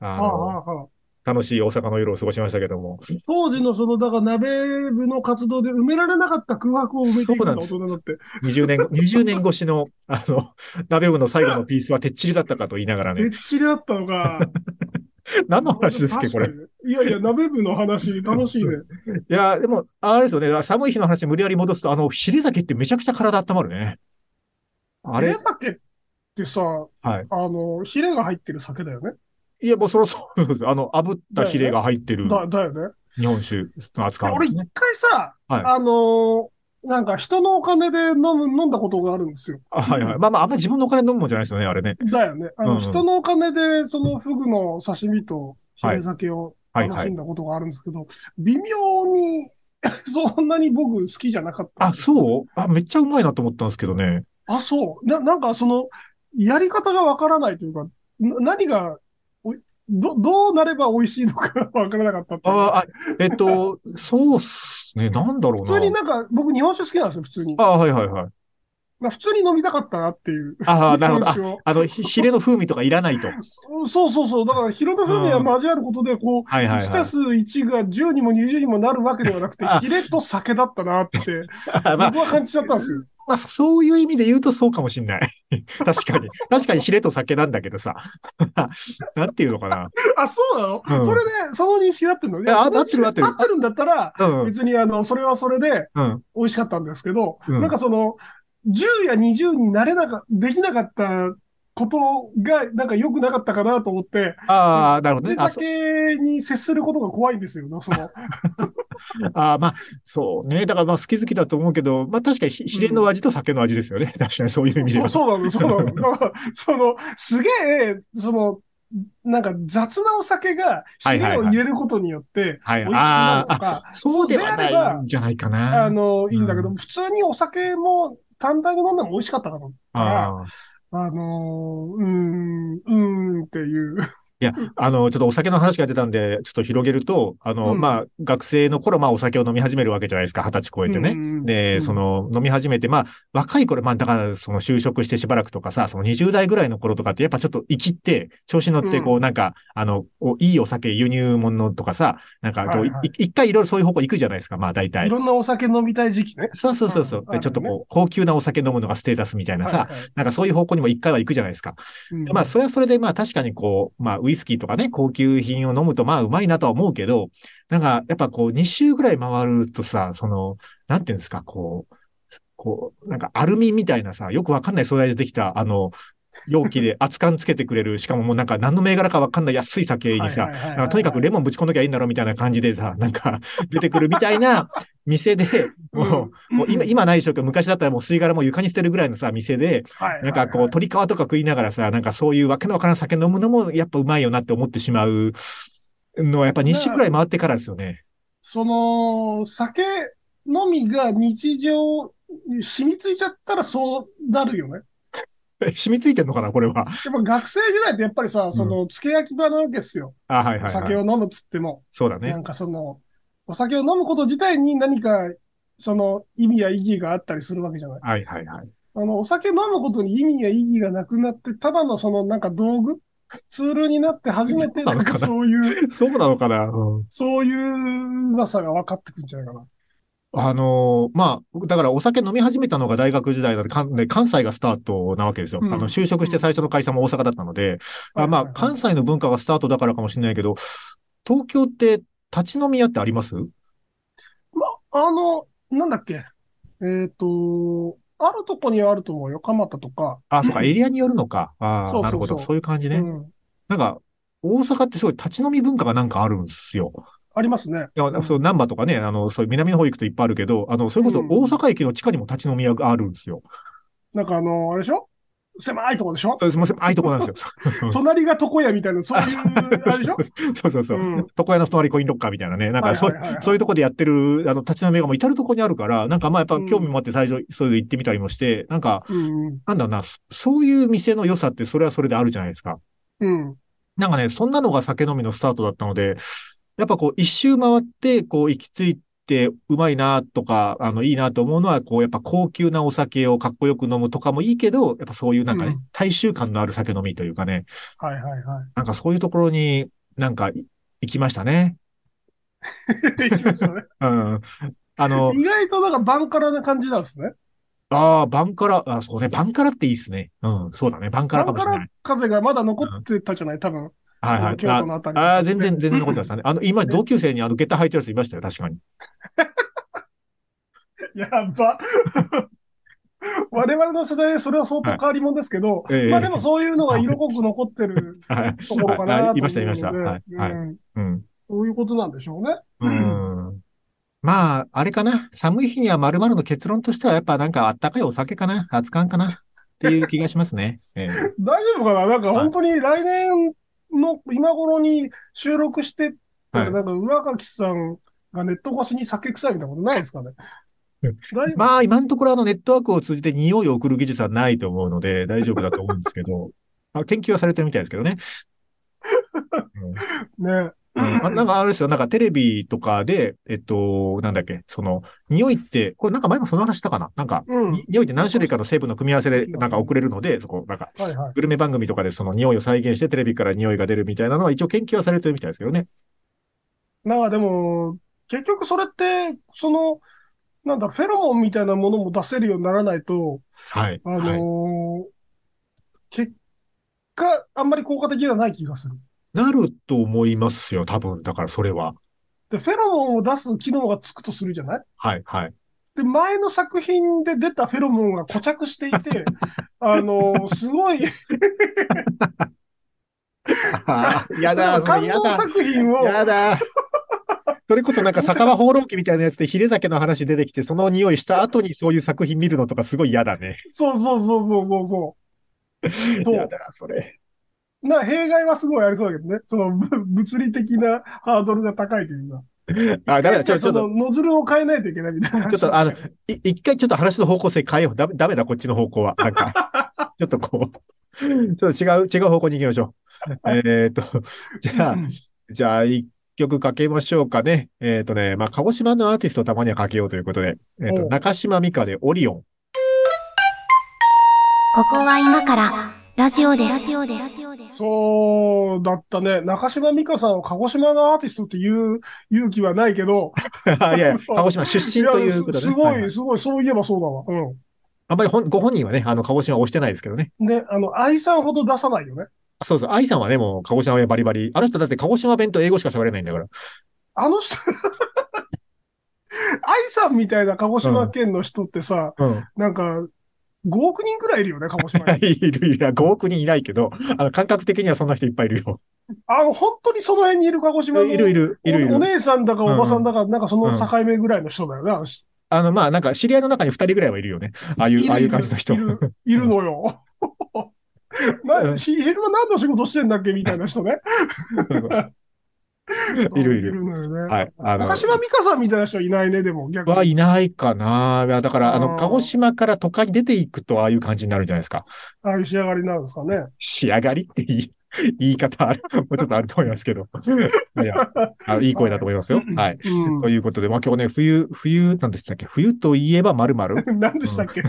B: あ
C: ああ
B: の、
C: ああああ
B: 楽しい大阪の夜を過ごしましたけども。
C: 当時のその、だから鍋部の活動で埋められなかった空白を埋めていくんだ、
B: そうなん
C: 大
B: です
C: 人だって。
B: 20年、20年越しの、あの、鍋部の最後のピースはてっちりだったかと言いながら
C: て
B: ね
C: っ。ちりだったのが、
B: 何の話ですっけ、これ。い
C: 確かに。いやいや、鍋部の話、楽しいね。
B: や、でも、あれですよね。寒い日の話無理やり戻すと、あの、ヒレ酒ってめちゃくちゃ体温まるね。あれ
C: ヒレ酒ってさ、
B: い
C: あの、ヒレが入ってる酒だよね。
B: いや、もうそろそろです。あの、炙ったヒレが入ってる
C: だ、だよね。
B: 日本酒の扱うんで
C: 俺
B: す
C: 一
B: ね。
C: 回さ、
B: はい
C: あのーなんか人のお金で飲む、飲んだことがあるんですよ。
B: あはいはい。まあまあ、あんまり自分のお金飲むもんじゃないですよね、あれね。
C: だよね。あ
B: うん
C: の、
B: うん
C: 人のお金で、そのフグの刺身とヒ
B: はい
C: レ酒を
B: はいは
C: 楽
B: い
C: しん。だことがあるんですけど、微妙に、 そんなに僕好きじゃなかった。
B: あ、そうあ、めっちゃうまいなと思ったんですけどね。
C: あ、そう。な、なんかその、やり方がわからないというか、な何が、おいど、どうなれば美味しいのかわからなかったっていうか
B: ああ、えっと、そうっすね。なんだろうな。
C: 普通になんか、僕日本酒好きなんですよ、普通に。
B: あはいはいはい。
C: まあ普通に飲みたかったなっていう。
B: ああ、なるほど。
C: 日
B: あ
C: 本酒を
B: あの、ひヒレの風味とかいらないと。はい
C: そうそうそう。だから、ヒロの風味が交わることで、こう、
B: はいはい。
C: 1たす1が10にも20にもなるわけではなく て
B: あ、
C: ヒレと酒だったなって、
B: あ まあ、
C: 僕は感じちゃったんですよ。
B: まあ、そういう意味で言うとそうかもしんない。確かに。確かにヒレと酒なんだけどさ。 なんていうのかな。
C: あ、そうなの、
B: うん
C: それで、その認識になってるのいや
B: あ
C: その認識
B: 合ってる合ってる
C: 合ってるんだったら、
B: うん。
C: 別に、あの、それはそれで
B: うん。
C: 美味しかったんですけど、
B: うん
C: なんかその、10や20になれなか、できなかったことが、なんか良くなかったかなと思って、
B: ああ、なるほど
C: で
B: ね。あそ
C: 酒に接することが怖いんですよね、その。
B: あー、まあ、そうね。だからまあ、好き好きだと思うけど、まあ確かにヒヒレの味と酒の味ですよね。確かにそういう意味で
C: そう
B: は。
C: そうなの、そう なの。だから、その、すげえ、その、なんか雑なお酒が、
B: は
C: ヒ
B: いはいはい
C: レを入れることによって、
B: はい。
C: 美味しくな
B: あ
C: る
B: ー
C: とか、
B: あ、そうでは
C: そうであれ
B: な
C: ば
B: いんじゃないか
C: あ
B: な。
C: の、
B: ん
C: いいんだけど、普通にお酒も単体で飲んでも美味しかったかと。
B: あー
C: あの、うーん、うーんっていう。
B: あの、ちょっとお酒の話が出たんで、ちょっと広げると、あの、
C: うん
B: まあ、学生の頃、まあ、お酒を飲み始めるわけじゃないですか、二十歳超えてね。
C: ね
B: で、そ、の、飲み始めて、まあ、若い頃、まあ、だから、その、就職してしばらくとかさ、その20代ぐらいの頃とかって、やっぱちょっと生きって、調子乗って、こう、なんか、あの、おいいお酒、輸入物とかさ、なんか、こう、
C: はいいはい
B: 一回いろいろそういう方向行くじゃないですか、まあ、大
C: い
B: 体。
C: ろんなお酒飲みたい時期ね。
B: そうそうそうそう
C: うん。
B: で、ちょっとこう、高級なお酒飲むのがステータスみたいなさ、
C: はいはい
B: なんかそういう方向にも一回は行くじゃないですか。
C: うん
B: まあ、それはそれで、まあ、確かにこう、まあ、ウイスキーとかね、高級品を飲むと、まあ、うまいなとは思うけど、なんか、やっぱこう、2周ぐらい回るとさ、その、なんていうんですか、こう、こう、なんかアルミみたいなさ、よくわかんない素材でできた、あの、容器 で熱燗つけてくれる、しかももうなんか何の銘柄かわかんない安い酒にさ、
C: はいはいはいはい
B: なんかとにかくレモンぶち込んどきゃいいんだろみたいな感じでさ、なんか 出てくるみたいな店で、もう、もう今、今ないでしょうけど、昔だったらもう吸い殻も床に捨てるぐらいのさ、店で、
C: はい
B: なんかこう、
C: はい
B: 鶏皮とか食いながらさ、なんかそういうわけのわからん酒飲むのもやっぱうまいよなって思ってしまうのは、やっぱ2週ぐらい回ってからですよね。
C: その、酒飲みが日常に染みついちゃったらそうなるよね。
B: 染みついてんのかな、これは。
C: やっぱ学生時代ってやっぱりさ、その、付け焼き場なわけですよ。
B: あ、はいはい、は
C: お
B: い。
C: 酒を飲むっつっても、
B: そうだね
C: な。んかその、お酒を飲むこと自体に何か、その、意味や意義があったりするわけじゃない。
B: はいはいはい。
C: あの、お酒飲むことに意味や意義がなくなって、ただのその、なんか道具ツールになって初め
B: そ
C: て、
B: うな
C: な
B: の
C: ん
B: かな
C: かそういう、
B: そうなのかな。うん
C: そういううまさが分かってくるんじゃないかな。
B: あのーまあ、だからお酒飲み始めたのが大学時代なんで、かんで関西がスタートなわけですよ。
C: うん
B: あの、就職して最初の会社も大阪だったので、あまあ、
C: はいはいは
B: 関
C: い
B: 西の文化がスタートだからかもしれないけど、東京って立ち飲み屋ってあります
C: あの、なんだっけ。えっと、あるとこにはあると思うよ。蒲田とか。
B: あ、そうか、エリアによるのか。ああ、
C: そうそうそう
B: なるほど。そういう感じ
C: う
B: ね。
C: ん。
B: なんか、大阪ってすごい立ち飲み文化がなんかあるんですよ。
C: ありますね。
B: いや、そう、南波とかね、あの、そういう南の方行くといっぱいあるけど、あの、それこそ
C: うん
B: 大阪駅の地下にも立ち飲み屋があるんですよ。
C: なんかあの、あれでしょ狭いとこでしょ
B: そうすみません、ああいうとこなんですよ。
C: 隣が床屋みたいな、そういう、 あれでしょ。
B: そうそうそううん床屋の隣コインロッカーみたいなね。なんか、そう、
C: はいはいはいはい
B: そういうとこでやってる、あの、立ち飲み屋がもう至るとこにあるから、なんかまあやっぱ興味もあって最初、それで行ってみたりもして、なんか、
C: うん
B: なんだろうな、そそういう店の良さってそれはそれであるじゃないですか。
C: うん。
B: なんかね、そんなのが酒飲みのスタートだったので、やっぱこう一周回って、こう行き着いてうまいなとか、あの、いいなと思うのは、こうやっぱ高級なお酒をかっこよく飲むとかもいいけど、やっぱそういうなんかね、
C: うん
B: 大衆感のある酒飲みというかね、
C: はいはいは
B: なんかそういうところになんかい行きましたね。
C: い。行きましたね、
B: うん。あの
C: 意外となんかバンカラな感じなんですね。
B: ああ、バンカラ、あそうね、バンカラっていいっすね。うん、そうだね、バンカ
C: バ
B: ラかもし
C: ンカ
B: れない
C: ラ。風がまだ残ってたじゃない、多分。
B: はいはい。
C: 京都のあたり。
B: ああー、全然、全然残ってますね。あの、今、同級生にあの、下駄履いてるやついましたよ、確かに。
C: や ば。我々の世代でそれは相当変わり者ですけど、
B: ええ
C: まあでもそういうのが色濃く残ってる
B: はい。
C: ところかなと思うの
B: は
C: で
B: いいました、いました。はい。はい。
C: うん
B: うん。
C: そういうことなんでしょうね。
B: うん。まあ、あれかな。寒い日にはまるまるの結論としては、やっぱなんかあったかいお酒かな。熱燗かな。っていう気がします ね。ええ
C: 大丈夫かななんか本当に来年の今頃に収録してた
B: は
C: ら、
B: い
C: なんか上垣さんがネット越しに酒臭いみたいなことないで すかね
B: う
C: 大丈夫
B: まあ、今のところあのネットワークを通じて匂いを送る技術はないと思うので、大丈夫だと思うんですけ ど、あ研究はされてるみたいですけどね。
C: ね。
B: うんあなんかあれですよ、なんかテレビとかで、えっと、なんだっけ、その、匂いって、これなんか前もその話したかななんか、
C: うん。
B: に匂いって何種類かの成分の組み合わせでなんか送れるので、そこ、なんか、
C: はいはい。
B: グルメ番組とかでその匂いを再現してテレビから匂いが出るみたいなのは一応研究はされてるみたいですけどね。
C: なんかでも、結局それって、その、なんだ、フェロモンみたいなものも出せるようにならないと、
B: はい。
C: あの
B: はい
C: ー結果、あんまり効果的ではない気がする。
B: なると思いますよ、多分。だからそれは。
C: で、フェロモンを出す機能がつくとするじゃない
B: はい、 はい。
C: で、前の作品で出たフェロモンが固着してい て、あのーすごい、
B: やだ、それ
C: 感
B: や
C: 動
B: だ。
C: 作品を、
B: やだ。それこそなんか酒場放浪記みたいなやつでヒレ酒の話出てきて、その匂いした後にそういう作品見るのとかすごい嫌だね。
C: そうそうそうそうそうそ う。そ
B: 嫌
C: う。
B: だ、それ。
C: な、弊害はすごいありそうだけどね。その、ぶ物理的なハードルが高いというか。
B: あ、ダメだ、ちょ、ちょ
C: そ
B: っと
C: の、、ノズルを変えないといけないみたいな。
B: ちょっとあ の、い一回ちょっと話の方向性変えよう。ダメ、ダメだ、こっちの方向は。なんか、 ちょっとこう、ちょっと違う、違う方向に行きましょう。 えっと、じゃあ、じゃあ、一曲かけましょうかね。えっ、とね、まあ、鹿児島のアーティストをたまにはかけようということで、えっ、
C: お
B: と、
C: う
B: 中島美香でオリオン。
A: ここは今からラジオです。ラジオです。
C: そうだったね。中島美香さんを鹿児島のアーティストっていう勇気はないけど、
B: あいやい や、鹿児島出身ということ
C: す
B: で、
C: す
B: ね。
C: ご
B: はい
C: い、すごい、そういえばそうだわ。うん。
B: あんまりほんご本人はね、あの、鹿児島は押してないですけどね。
C: で、あの、愛さんほど出さないよね。
B: あそうそう、愛さんはね、もう、鹿児島弁バリバリ。あの人だって鹿児島弁と英語しか喋れないんだから。
C: あの人、 愛さんみたいな鹿児島県の人ってさ、
B: うん。
C: なんか、5億人くらいいるよね、鹿児島 に。
B: いる、いや、5億人いないけど、あの、感覚的にはそんな人いっぱいいるよ。
C: あの、本当にその辺にいる鹿児島の
B: いる、いる、いる、い
C: お
B: る。
C: お姉さんだかおばさんだか、なんかその境目ぐらいの人だよね。あの人
B: あの、まあ、なんか、知り合いの中に2人ぐらいはいるよね。ああい
C: いる
B: う、ああいう感じの人。
C: い る、いるのよ。 な、
B: うん
C: ひ昼間何の仕事してんだっけみたいな人ね。
B: いるいる
C: のよね。
B: はい。あの
C: 中、島美香さんみたいな人いないね、でも逆
B: は
C: に。
B: いないかな。いやだから、あ
C: あ
B: の、
C: ー
B: 鹿児島から都会に出ていくと、ああいう感じになるんじゃないですか。
C: ああいう仕上がりなんですかね。
B: 仕上がりって言い、 言い方ある、もうちょっとあると思いますけど。いや、あのいい声だと思いますよ。はい。
C: うん
B: ということで、まあ今日ね、冬、冬なんでしたっけ冬といえば〇〇
C: 何でしたっけ、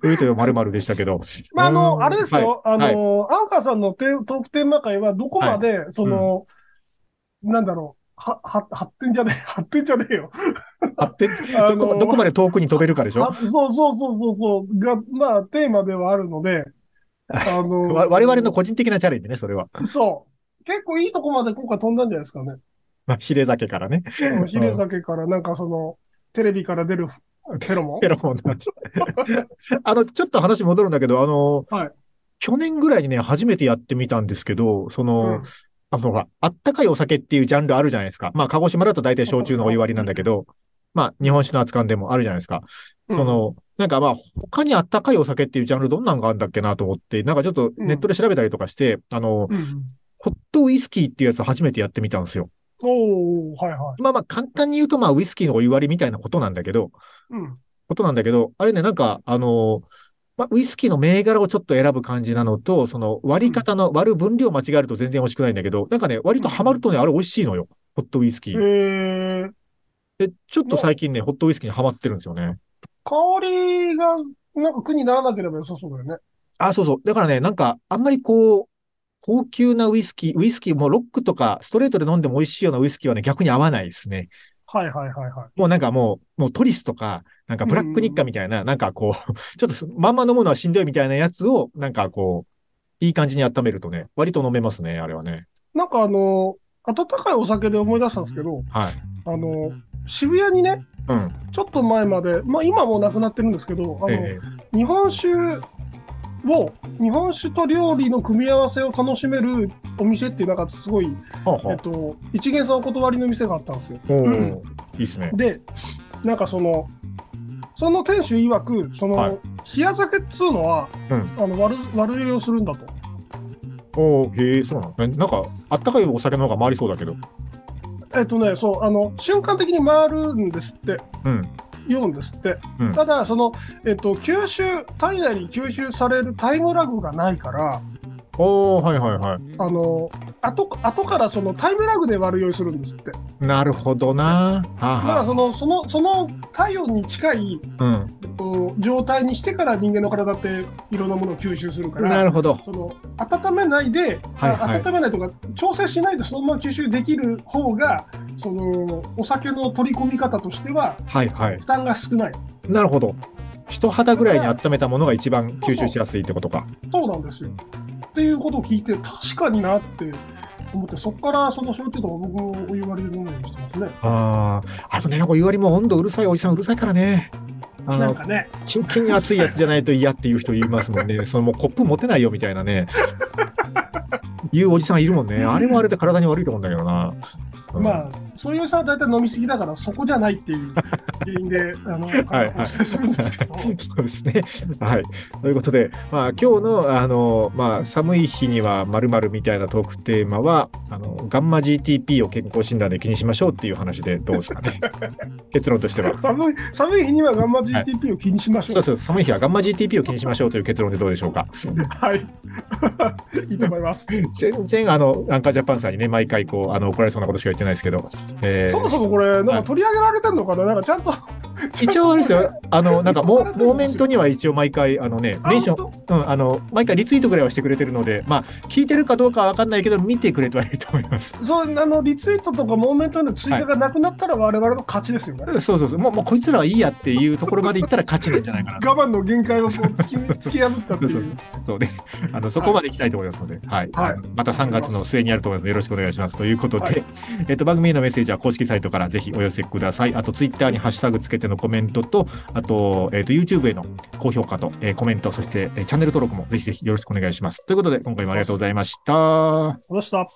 B: 冬といえば〇〇でしたけど。
C: まあ、あ
B: うー
C: の、
B: ん
C: あれですよ。あの、アンカーさんのテートークテーマ会はどこまで、その、なんだろう、は、は、発展じゃねえ、 発展じゃねえよ。
B: あって
C: あ
B: どこ、どこまで遠くに飛べるかでしょ
C: あそうそうそうそうそう、が、まあ、テーマではあるので、あ の、
B: わ我々の個人的なチャレンジね、それは。
C: そう。結構いいとこまで今回飛んだんじゃないですかね。
B: まあ、ヒレ酒からね。
C: うんヒレ酒からなんかその、テレビから出るテロモン
B: ペロモンの話。 あの、ちょっと話戻るんだけど、あの、
C: はい
B: 去年ぐらいにね、初めてやってみたんですけど、その、
C: うん
B: あの、ほら、あったかいお酒っていうジャンルあるじゃないですか。まあ、鹿児島だと大体焼酎のお湯割りなんだけど、まあ、日本酒の熱燗でもあるじゃないですか。
C: うん
B: その、なんかまあ、他にあったかいお酒っていうジャンルどんなんがあるんだっけなと思って、なんかちょっとネットで調べたりとかして、あの、
C: うん
B: ホットウイスキーっていうやつ初めてやってみたんですよ。
C: おー、はいはい。
B: まあまあ、簡単に言うとまあ、ウイスキーのお湯割りみたいなことなんだけど、
C: うん。
B: ことなんだけど、あれね、なんか、あのーまあ、ウイスキーの銘柄をちょっと選ぶ感じなのと、その割り方の、割る分量間違えると全然美味しくないんだけど、なんかね、割とハマるとね、あれ美味しいのよ。ホットウイスキ
C: え
B: ー。
C: ー、
B: で、ちょっと最近ね、ホットウイスキーにハマってるんですよね。
C: 香りが、なんか苦にならなければ良さそうだよね。
B: あ、そうそう。だからね、なんか、あんまりこう、高級なウイスキー、ウイスキーもロックとか、ストレートで飲んでも美味しいようなウイスキーはね、逆に合わないですね。
C: はいはいはいはい。
B: もうなんかもう、もうトリスとか、なんかブラ ック日課みたいな、なんかこう、ちょっとまんま飲むのはしんどいみたいなやつを、なんかこう、いい感じに温めるとね、割と飲めますね、あれはね。
C: なんかあの、温かいお酒で思い出したんですけど、
B: はい。
C: あの、渋谷にね、
B: うん。
C: ちょっと前まで、まあ今もうなくなってるんですけど、あの、
B: え
C: 日本酒を、日本酒と料理の組み合わせを楽しめるお店っていう、なんかすごい、
B: えはあ
C: えっ
B: は
C: と、一元さんお断りの店があったんですよ。
B: あ。おお、
C: うん
B: いいっすね。
C: で、なんかその、その店主曰く、その、
B: はい
C: 冷や酒っつうのは、
B: うん
C: あの悪悪入れをするんだと。
B: おお、へえ、そうなのえなんか、あったかいお酒の方が回りそうだけど。
C: えっとね、そう、あの、瞬間的に回るんですって、
B: うん。
C: 言うんですって。
B: うん
C: ただ、その、えっと、吸収、体内に吸収されるタイムラグがないから、
B: おおはいはいはい。
C: あの、後、後からそのタイムラグで悪酔いするんですって。だ
B: なるほどな。
C: か
B: は
C: ら、その、その、その体温に近い、
B: あは
C: えっと状態にしてから人間の体っていろんなものを吸収するか
B: うん。な
C: ら、
B: るほど。
C: その、温めないで、
B: はいはい
C: あ温めないとか、調整しないでそのまま吸収できる方が、その、お酒の取り込み方としては、
B: はいはい。
C: 負担が少ない。
B: なるほど。人肌ぐらいに温めたものが一番吸収しやすいってことか。
C: そうなんですよ。っていうことを聞いて、確かになって思って、そこからその焼酎とか僕もお湯割りで飲むようにしてますね。
B: ああ。あとね、なんか言われも温度うるさいおじさんうるさいからね。あ
C: なん
B: の、
C: かね、
B: キンキンに熱いやつじゃないと嫌っていう人いますもん ね。そのもうコップ持てないよみたいなね。いうおじさんいるもんね。あれもあれで体に悪いと思うんだけどな。うん
C: まあ、そういうさ、大体飲みすぎだから、そこじゃないっていう原因 で、あの、
B: はい
C: お伝えするんですけど、
B: そうですね。 はい。ということで、まあ、今日の、あの、まあ、寒い日には〇〇みたいなトークテーマは、あの、ガンマ GTP を健康診断で気にしましょうっていう話でどうですか ね。結論としては。
C: 寒い、寒い日にはガンマ GTP を気にしましょ
B: そう
C: う。
B: そう、寒い日はガンマ GTP を気にしましょうという結論でどうでしょうか。
C: はい。 いいと思います。
B: 全然、あの、アンカージャパンさんにね、毎回こう、あの、怒られそうなことしか言ってないですけど、えー
C: そもそもこれ、なん
B: は
C: か
B: い
C: 取り上げられてんのかななんかちゃんと、
B: 一応あれですよ、あの、なんかモ、
C: リストされてる
B: モーメントには一応毎回、あのね、
C: あ
B: メンション、
C: 本
B: うん、あの、毎回リツイートぐらいはしてくれてるので、まあ、聞いてるかどうかは分かんないけど、見てくれてはいると思います。
C: 当そう、あの、リツイートとかモーメントへの追加がなくなったら我々の勝ちですよね。
B: そうそうそう、もう、もうこいつらはいいやっていうところまでいったら勝ちなんじゃないかな。
C: 我慢の限界をこう突き突き破ったって
B: そ
C: いう
B: そう
C: う。
B: そうね、あのそこまで行きたいと思いますので、はい
C: はい
B: あのまた3月の末にあると思いますので、よろしくお願いします。ということで、
C: はい
B: えっと、番組へのメッセージは公式サイトからぜひお寄せください。あと、ツイッターにハッシュタグつけてのコメントと、あと、えっと、YouTube への高評価と、えーコメント、そして、えーチャンネル登録もぜひぜひよろしくお願いします。ということで、今回もありがとうございました。
C: どうした